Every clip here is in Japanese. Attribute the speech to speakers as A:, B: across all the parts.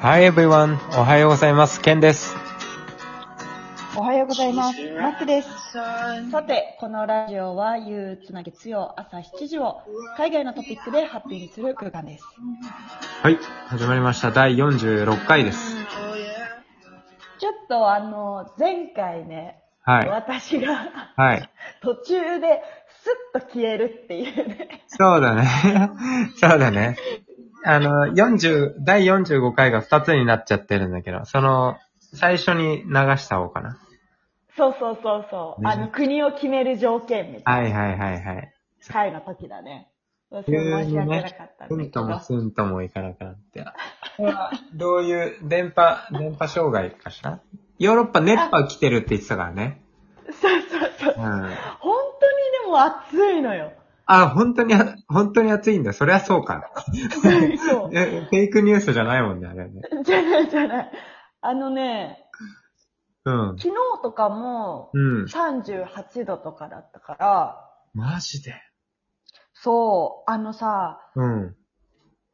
A: Hi everyone! おはようございます。ケンです。
B: おはようございます。マックです。さて、このラジオは憂鬱な月曜朝7時を海外のトピックでハッピーにする空間です。
A: はい。始まりました。第46回です。
B: ちょっとあの、前回ね、
A: はい。
B: 私が
A: はい。
B: 途中ですっと消えるっていうね。
A: そうだね。 そうだね。あの、40、第45回が2つになっちゃってるんだけど、その、最初に流した方かな。
B: そうそうそうそう。
A: ね
B: あの、国を決める条件みた
A: はいいはいはいはい。
B: な回の時だね。そうそう申し訳なかった
A: す
B: んだ
A: ん
B: け
A: とも
B: ど。
A: すんともいかなくなって。これはどういう、電波、電波障害かしらヨーロッパ熱波来てるって言ってたからね。
B: そうそうそう
A: う。ん。
B: 本当にでも暑 いのよ。
A: あ、本当に、本当に暑いんだ。そりゃそうか。
B: そう。
A: え、フェイクニュースじゃないもんね、あれね。
B: じゃないじゃない。あのね、
A: うん。
B: 昨日とかも
A: うん。
B: 38度とかだったから、
A: マジで。
B: そう、あのさ、
A: うん。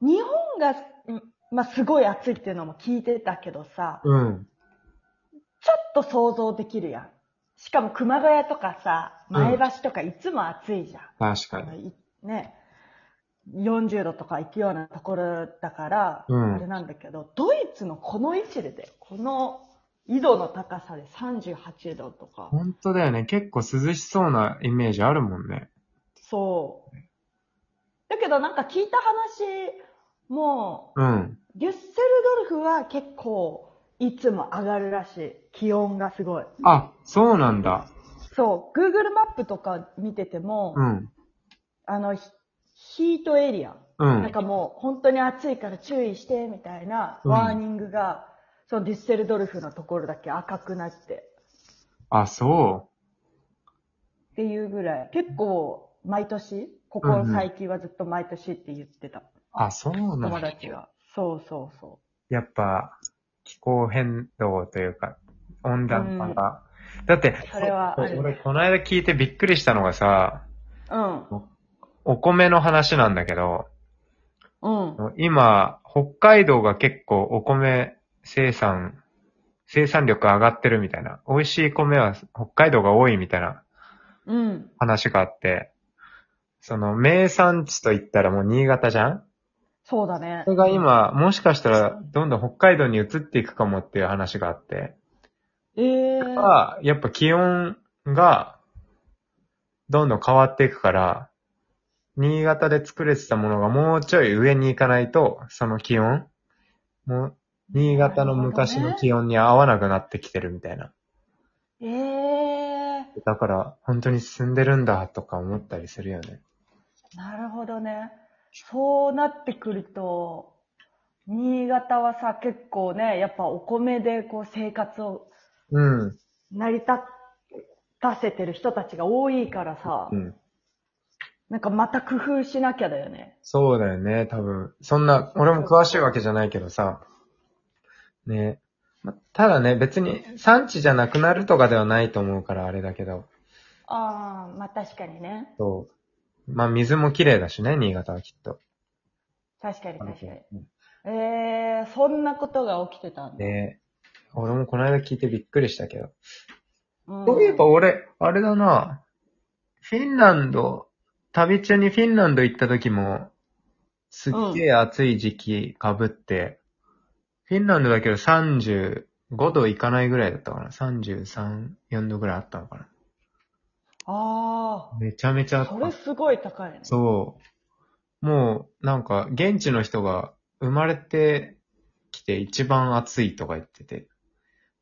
B: 日本が、んまあ、すごい暑いっていうのも聞いてたけどさ、
A: うん。
B: ちょっと想像できるやん。しかも熊谷とかさ、前橋とかいつも暑いじゃん。
A: 確か
B: あの
A: に。
B: いね、40度とか行くようなところだから、
A: うん
B: あれなんだけど、ドイツのこの位置でだよ、この緯度の高さで38度とか。
A: 本当だよね。結構涼しそうなイメージあるもんね。
B: そう。だけどなんか聞いた話も、
A: うん。
B: デュッセルドルフは結構いつも上がるらしい。気温がすごい。
A: あ、そうなんだ。
B: そう、Google マップとか見てても、
A: うん。
B: あの、ヒヒートエリア。
A: う
B: なん
A: ん。
B: かもう本当に暑いから注意してみたいな
A: うん
B: ワーニングが、そのデュッセルドルフのところだけ赤くなって
A: あ、そ
B: っていうぐらい、結構毎年、こ
A: うん
B: こ
A: うん
B: 最近はずっと毎年って言ってた、
A: う。あ、そうな
B: 友
A: んだ。
B: 達が。そうそうそう。
A: やっぱ、気候変動というか、温暖化が。だって、
B: それはある
A: 俺、この間聞いてびっくりしたのがさ、
B: うん。
A: お米の話なんだけど、
B: うん。
A: 今、北海道が結構お米生産、生産力上がってるみたいな、美味しい米は北海道が多いみたいな
B: うん。
A: 話があって、その名産地と言ったらもう新潟じゃん
B: そうだね。
A: それが今、もしかしたらどんどん北海道に移っていくかもっていう話があって、
B: ええー。
A: はやっぱ気温がどんどん変わっていくから、新潟で作れてたものがもうちょい上に行かないと、その気温、もう、新潟の昔の気温に合わなくなってきてるみたいな。
B: ええ
A: だから、本当に進んでるんだとか思ったりするよね。
B: ー。なるほどね。そうなってくると、新潟はさ、結構ね、やっぱお米でこう生活を
A: うん。
B: 成り立たせてる人たちが多いからさ、
A: うん。
B: なんかまた工夫しなきゃだよね。
A: そうだよね、多分。そんな、俺も詳しいわけじゃないけどさ。ね。まただね、別に産地じゃなくなるとかではないと思うからあれだけど。
B: ああ、まあ確かにね。
A: そう。まあ、水も綺麗だしね、新潟はきっと。
B: 確かに確かに。ええー、そんなことが起きてたんだ。
A: ね俺もこの間聞いてびっくりしたけど。
B: うん
A: そういえば俺、あれだな。フィンランド、旅中にフィンランド行った時も、すっげえ暑い時期被って、フィンランドだけど35度いかないぐらいだったかな。33、4度ぐらいあったのか
B: あ
A: な。めちゃめちゃ
B: あ、
A: 暑
B: そ
A: か
B: れ
A: った。
B: すごい高いね。
A: そう。もう、なんか、現地の人が生まれてきて一番暑いとか言ってて。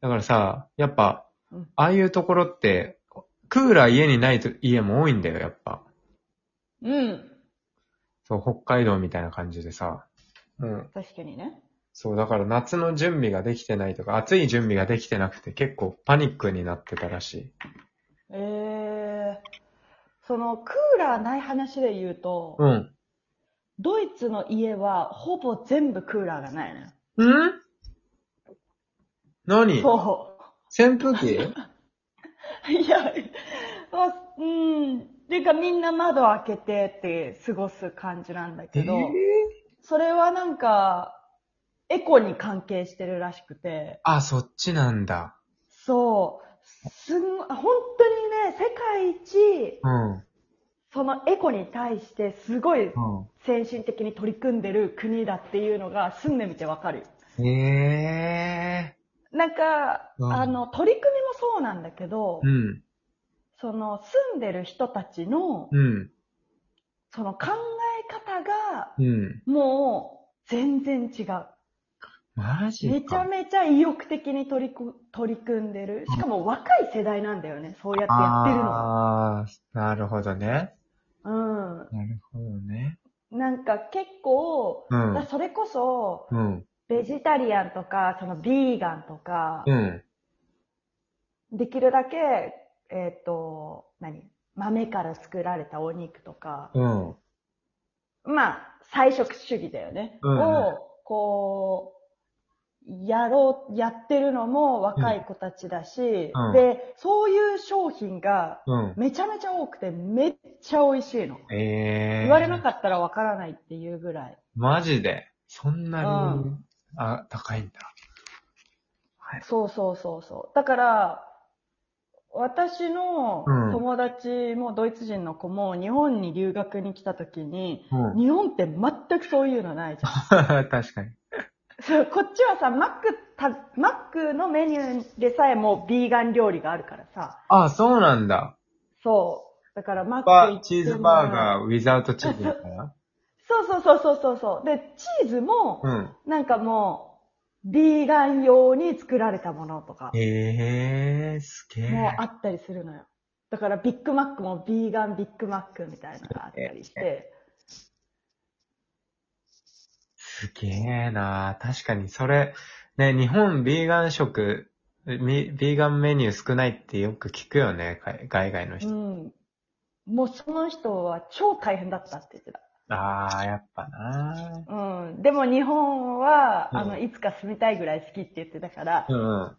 A: だからさ、やっぱ
B: うん、
A: ああいうところって、クーラー家にないと家も多いんだよ、やっぱ。
B: うん。
A: そう、北海道みたいな感じでさ。うん。
B: 確かにね。
A: そう、だから夏の準備ができてないとか、暑い準備ができてなくて結構パニックになってたらしい。
B: えー、そのクーラーない話で言うと、
A: うん。
B: ドイツの家はほぼ全部クーラーがないのよ。
A: ん何
B: そ
A: 扇風機
B: う。 いや、まあ、うん。っていうかみんな窓開けてって過ごす感じなんだけど、
A: えー
B: それはなんか、エコに関係してるらしくて、
A: あ、そっちなんだ。
B: そう、すん、あ本当にね、世界一、
A: うん。うん。
B: そのエコに対してすごい先進的に取り組んでる国だっていうのが住んでみてわかるよ。
A: ええ
B: なんか、
A: うん
B: あの、取り組みもそうなんだけど、
A: うん。
B: その住んでる人たちの、
A: うん。
B: その考え方が、
A: うん。
B: もう全然違う。
A: マジか。
B: めちゃめちゃ意欲的に取り組取り組んでる。しかも若い世代なんだよね、そうやってやってるの
A: あ
B: が。
A: あ、なるほどね。
B: う
A: なるほどね。
B: ん。なんか結構、
A: うん
B: だそれこそ、
A: うん。
B: ベジタリアンとか、そのビーガンとか、
A: うん。
B: できるだけ、えっ、と、何豆から作られたお肉とか、
A: うん。
B: まあ、菜食主義だよね。
A: うん
B: を、こう、やろう、やってるのも若い子たちだし、
A: うん
B: で、そういう商品が
A: うん。
B: めちゃめちゃ多くてめっちゃ美味しいの。
A: ええ
B: 言われなかったらわからないっていうぐらい。
A: マジで。そんなに、
B: うん
A: あ、高いんだ。
B: そうそうそうそう。だから、私の
A: うん
B: 友達もドイツ人の子も日本に留学に来た時に、
A: うん。
B: 日本って全くそういうのないじゃ ん。
A: 確かに。
B: そう、こっちはさ、マック、た、マックのメニューでさえもうビーガン料理があるからさ。
A: あ、そうなんだ。
B: そう。だからマック行って
A: バ
B: も
A: チーズバーガー、ウィザートチーズだから。
B: そうそうそうそうそうそう。で、チーズも、
A: うん。
B: なんかもう、ビーガン用に作られたものとか、
A: ええすげえ。
B: もうあったりするのよ。だからビッグマックもビーガンビッグマックみたいなのがあったりして。
A: すげえな確かに、それ、ね、日本ビーガン食、みビーガンメニュー少ないってよく聞くよね、海海外の
B: う
A: 人。
B: ん。もうその人は超大変だったって言ってた。
A: ああ、やっぱな
B: うん。でも日本は、
A: うん
B: あの、いつか住みたいぐらい好きって言ってたから、
A: うんうん。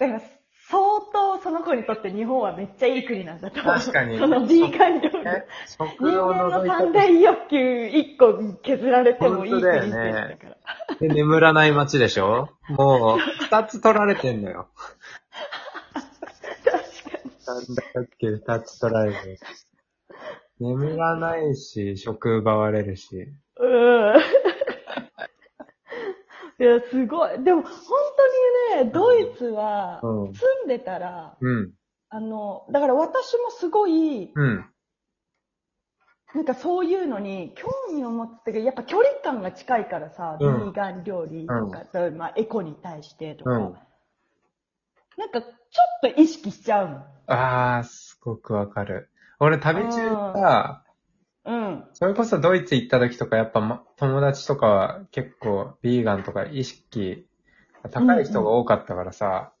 B: だから相当その子にとって日本はめっちゃいい国なんだと思う。
A: 確かに
B: そのビーガン料理。
A: え食
B: 人
A: 堂
B: 間の
A: 覗い
B: 三
A: た
B: 大欲求一個削られてもいい国って言ってた
A: 本当だ
B: か
A: よ
B: ら。
A: で眠らない街でしょもう、二つ取られてんのよ。確かに。なんだっけ、二つ取られてる。眠らないし、食奪われるし。
B: うん。 いや、すごい。でも、本当にね、ドイツは、
A: うん
B: 住んでたら、
A: うん。
B: あの、だから私もすごい、
A: うん。
B: なんかそういうのに興味を持つっていうかやっぱ距離感が近いからさ、
A: うん
B: ビーガン料理とか、そういうまあ、エコに対してとか、
A: うん
B: なんかちょっと意識しちゃう
A: ああ、すごくわかる。俺旅中さ、
B: の。うん。
A: それこそドイツ行った時とか、やっぱ、ま、友達とかは結構、ビーガンとか意識が高い人が多かったからさ、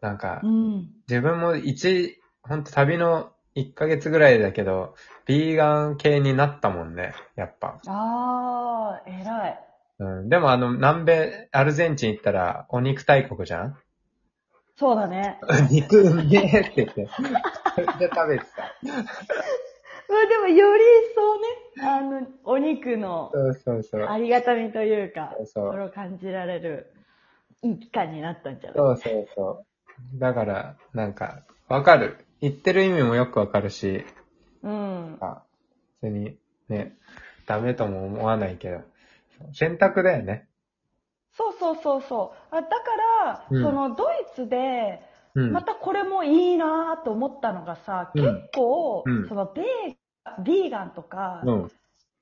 A: なんか
B: う、ん。
A: 自分も一、ほんと旅の1ヶ月ぐらいだけど、ビーガン系になったもんね、やっぱ。
B: あー、偉い。
A: うん、でもあの、南米、アルゼンチン行ったら、お肉大国じゃん
B: そうだね。
A: 肉うめえって言って。 それで食べてた。
B: うん、でもよりそうね、あの、お肉の
A: そうそうそう。
B: ありがたみというか、
A: そ
B: そうれを感じられる、いい期間になったんじゃない
A: そうそうそう。だから、なんか、わかる。言ってる意味もよくわかるし、
B: うん。
A: あ別に、ね、ダメとも思わないけど、選択だよね。
B: そうそうそうそう。あだから、
A: うん
B: そのドイツで、
A: うん。
B: またこれもいいなと思ったのがさ、
A: うん
B: 結構、
A: うん
B: そのベー、ビーガンとか、
A: うん。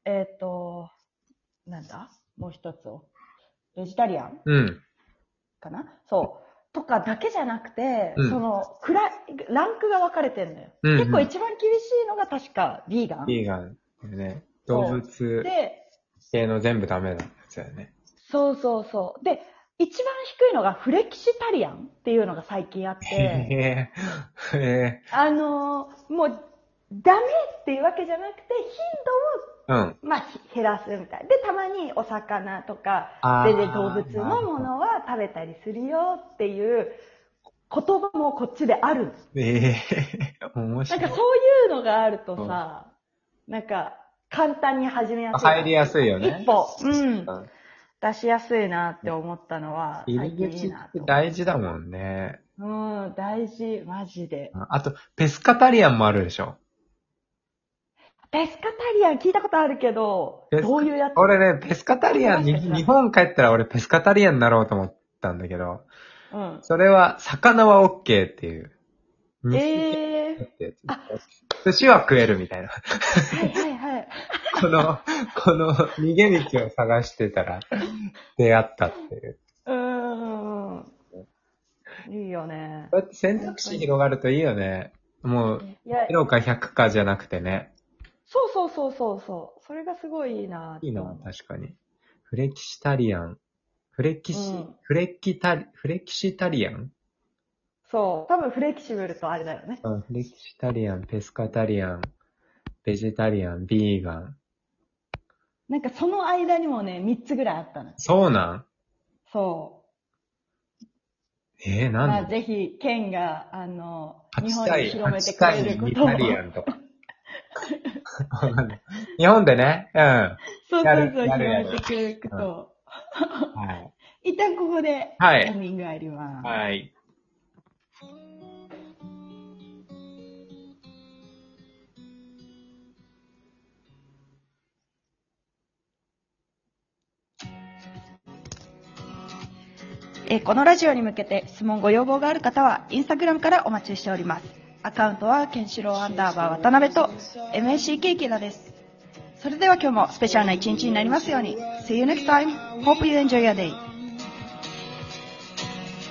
B: えっ、と、なんだもう一つを。ベジタリアン
A: うん。
B: かなそう。とかだけじゃなくて、
A: うん
B: その、くらい、ランクが分かれてんのよ。
A: うんうん
B: 結構一番厳しいのが確かビーガン。
A: ビーガンだよね。動物
B: で、
A: 系の全部ダメなやつだよね。
B: そうそうそう。で、一番低いのがフレキシタリアンっていうのが最近あって、
A: へ え。へえ。
B: あのーもう、ダメっていうわけじゃなくて、
A: うん。
B: 頻度を、まあ、ひ減らすみたい。で、たまにお魚とか
A: あ、ー
B: 全然動物のものは食べたりするよっていう言葉もこっちである。
A: ええ。面
B: なん
A: 白
B: か
A: い
B: そう。いうのがあるとさ、なんか簡単に始めやすい。
A: 入りやすいよね
B: 一。歩。うん。出しやすいなって思ったのは、
A: 入り口って大事だもんね。
B: うん、大事、マジで。
A: あと、ペスカタリアンもあるでしょ。
B: ペスカタリアン聞いたことあるけど、
A: ペスカ
B: どういうやつ
A: 俺ね、ペスカタリアン、に日本帰ったら俺ペスカタリアンになろうと思ったんだけど、
B: うん。
A: それは、魚は OK っていう。え
B: ええ
A: ってやつ寿司は食えるみたいな。
B: ー、はいはいはい。
A: こ の、この逃げ道を探してたら、出会ったっていう。
B: うーん。いいよね。
A: だって選択肢広がるといいよね。もう、
B: いや、
A: 0か100かじゃなくてね。
B: そうそうそうそうそう。それがすごいいいなって
A: いいな、確かに。フレキシタリアン。フレキシ、
B: うん
A: フレキタリ、フレキシタリアン
B: そう。多分フレキシブルとあれだよね。
A: うんフレキシタリアン、ペスカタリアン、ベジタリアン、ビーガン。
B: なんかその間にもね、3つぐらいあったの。
A: そうなん
B: そ
A: えー、
B: う。
A: な
B: まあ、
A: んで
B: ぜひ、県が、あの、日
A: 8
B: 本に
A: 対、
B: 広めて
A: 8
B: くれ
A: 対
B: るこ
A: 2
B: とを。
A: タリアンとか。 わかんない日本でね、うん。は
B: そうそう
A: やる
B: そう、
A: やるやる
B: 広めてくれることを。
A: い。
B: 一旦ここで、
A: は
B: タイ
A: い。
B: ミングあります。
A: はい。
B: えーこのラジオに向けて質問ご要望がある方は、インスタグラムからお待ちしております。アカウントは、ケンシロウアンダーバー渡辺と、MACK 池田です。それでは今日もスペシャルな一日になりますように。See you next time. Hope you enjoy your day.